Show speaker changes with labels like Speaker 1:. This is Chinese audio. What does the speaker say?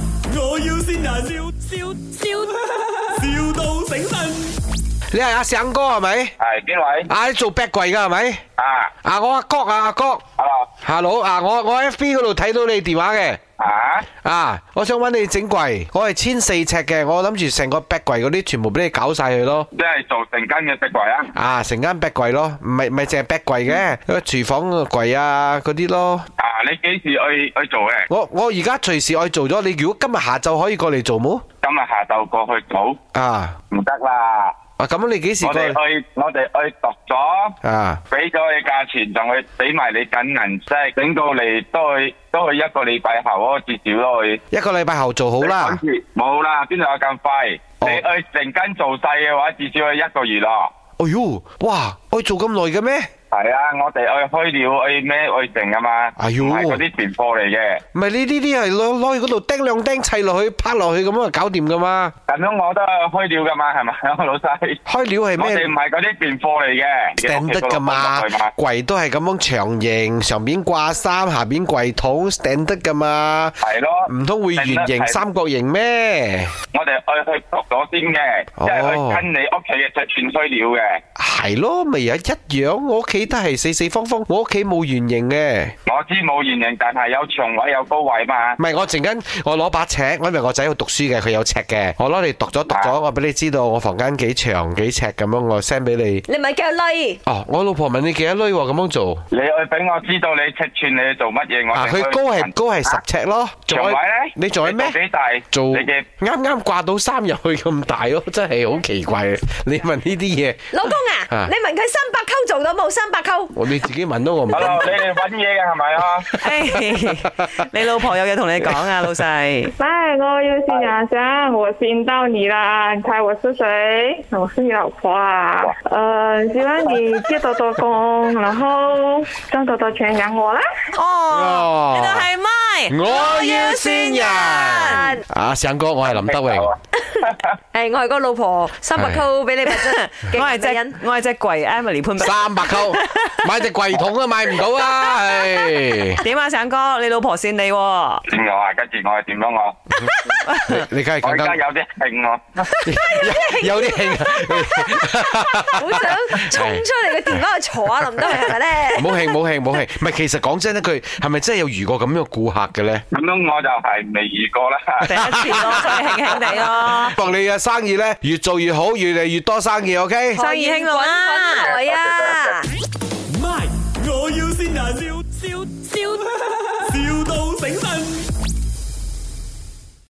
Speaker 1: 要先人，笑笑笑，, 笑到醒神。
Speaker 2: 你係阿醒哥係咪？
Speaker 3: 系边位？
Speaker 2: 啊，你做 b a 櫃㗎係咪？
Speaker 3: 啊
Speaker 2: 啊，我阿哥啊，阿哥，hello
Speaker 3: ，hello，
Speaker 2: 啊，我我 FB 嗰度睇到你電話嘅。
Speaker 3: 啊，
Speaker 2: 啊！我想揾你整櫃，我係千四尺嘅，我諗住成個 b a 櫃嗰啲全部俾你搞晒佢咯。
Speaker 3: 即系做成间嘅壁柜啊，
Speaker 2: 啊，成間 b a 櫃咯，唔係唔係淨係 b a 櫃嘅，有廚房嘅櫃啊嗰啲咯。
Speaker 3: 啊，你几時去去做嘅？
Speaker 2: 我我而家隨時我做咗，你如果今日下晝可以過嚟做冇？
Speaker 3: 今日下昼过去做
Speaker 2: 啊
Speaker 3: 唔得啦，
Speaker 2: 啊咁你幾時
Speaker 3: 我
Speaker 2: 過嚟？
Speaker 3: 哋去我哋去度咗，
Speaker 2: 啊
Speaker 3: 俾咗你价钱，仲去俾埋你緊銀息，整到嚟都去都去一個禮拜後咯，至少都去。
Speaker 2: 一個禮拜後做好啦。
Speaker 3: 冇啦，邊度有咁快？
Speaker 2: 哦
Speaker 3: 你去成間做晒嘅話，至少去一個月咯。
Speaker 2: 哎哟，哇！我做咁耐嘅咩？
Speaker 3: 係啊，我哋去開料去咩去成啊嘛，
Speaker 2: 哎呦
Speaker 3: 唔係嗰啲囤貨嚟嘅。
Speaker 2: 唔係呢呢啲係攞攞去嗰度釘兩釘砌落去，拍落去咁啊，搞掂噶嘛。
Speaker 3: 咁樣我都係開料噶嘛，係咪 老細？
Speaker 2: 開料係
Speaker 3: 我
Speaker 2: 咩
Speaker 3: 哋唔？係嗰啲囤貨嚟嘅，
Speaker 2: 掟得噶嘛
Speaker 3: 你屋企嗰度放落去嘛，
Speaker 2: 櫃都係咁樣長形，上邊掛衫，下邊櫃桶，掟得噶嘛。
Speaker 3: 係咯，
Speaker 2: 唔通會圓
Speaker 3: 定
Speaker 2: 形、
Speaker 3: 得係
Speaker 2: 三角形咩？
Speaker 3: 我哋去去讀咗先嘅，
Speaker 2: 哦
Speaker 3: 即係去跟你屋企嘅尺寸需料嘅。
Speaker 2: 係咯，咪又一樣。我屋企都係四四方方，我屋企冇圓形嘅。
Speaker 3: 我知冇圓形，但係有長位有高位嘛
Speaker 2: 唔。係，我陣間我攞把尺，我因為我仔喺度讀書嘅，佢有尺嘅，我攞嚟度咗度咗，
Speaker 3: 啊
Speaker 2: 我俾你知道我房間幾長幾尺咁樣，我 send 俾你。
Speaker 4: 你咪叫女，
Speaker 2: 哦，我老婆問你幾多鐳喎，咁樣做。
Speaker 3: 你去俾我知道你尺寸，哦你做乜嘢？我
Speaker 2: 啊，
Speaker 3: 哋
Speaker 2: 佢
Speaker 3: 去
Speaker 2: 高係
Speaker 3: 行
Speaker 2: 高係
Speaker 3: 啊
Speaker 2: 十尺咯。仲
Speaker 3: 長
Speaker 2: 有
Speaker 3: 位咧？
Speaker 2: 你仲有咩
Speaker 3: 做？幾大？
Speaker 2: 做
Speaker 3: 你
Speaker 2: 啱
Speaker 3: 嘅
Speaker 2: 啱掛到衫入去咁大咯， 真係好奇怪啊！你問呢啲嘢，
Speaker 4: 老公
Speaker 2: 啊
Speaker 4: 啊，你問佢三百溝做到冇？三百溝，
Speaker 2: 我你自己問咯，我唔
Speaker 3: Hello，你哋揾嘢嘅係咪啊？
Speaker 5: 你老婆有嘢同你講啊，老細。
Speaker 6: 哎，我又是娘想，我心到你了，你猜我是谁？我是你老婆啊。呃，希望你接多多工，然后赚多多钱养我啦。
Speaker 2: 哦
Speaker 5: 哦，你就係咪？
Speaker 2: 我要先人啊！上哥，我係林德 榮，
Speaker 3: 啊
Speaker 4: 誒，我係個老婆，三百
Speaker 2: 係
Speaker 4: 溝俾你咪真，
Speaker 5: 我
Speaker 4: 勁
Speaker 5: 係
Speaker 4: 女人。
Speaker 5: 只我係只櫃 Emily 潘碧。
Speaker 2: 三百溝買隻櫃桶都買唔到啊！唉
Speaker 5: 點啊，省哥，你老婆扇你喎。
Speaker 3: 點我啊？跟住我係點樣我？
Speaker 2: 你你梗係
Speaker 3: 我而
Speaker 2: 更
Speaker 3: 家
Speaker 2: 加
Speaker 3: 有啲興我。
Speaker 2: 有啲興，啊
Speaker 4: 好想衝出嚟個電話去坐下林德榮係 咪咧？
Speaker 2: 冇興冇興冇興。唔係，其實講真一句，係咪真係有遇過咁樣嘅顧客嘅咧？
Speaker 3: 咁樣我就係未遇過啦。
Speaker 5: 第一次咯，所以輕輕地咯。
Speaker 2: 望你嘅生意咧，越做越好，越嚟越多生意，OK？
Speaker 5: 生意興隆
Speaker 4: 滾滾
Speaker 5: 啦！
Speaker 4: 來啊！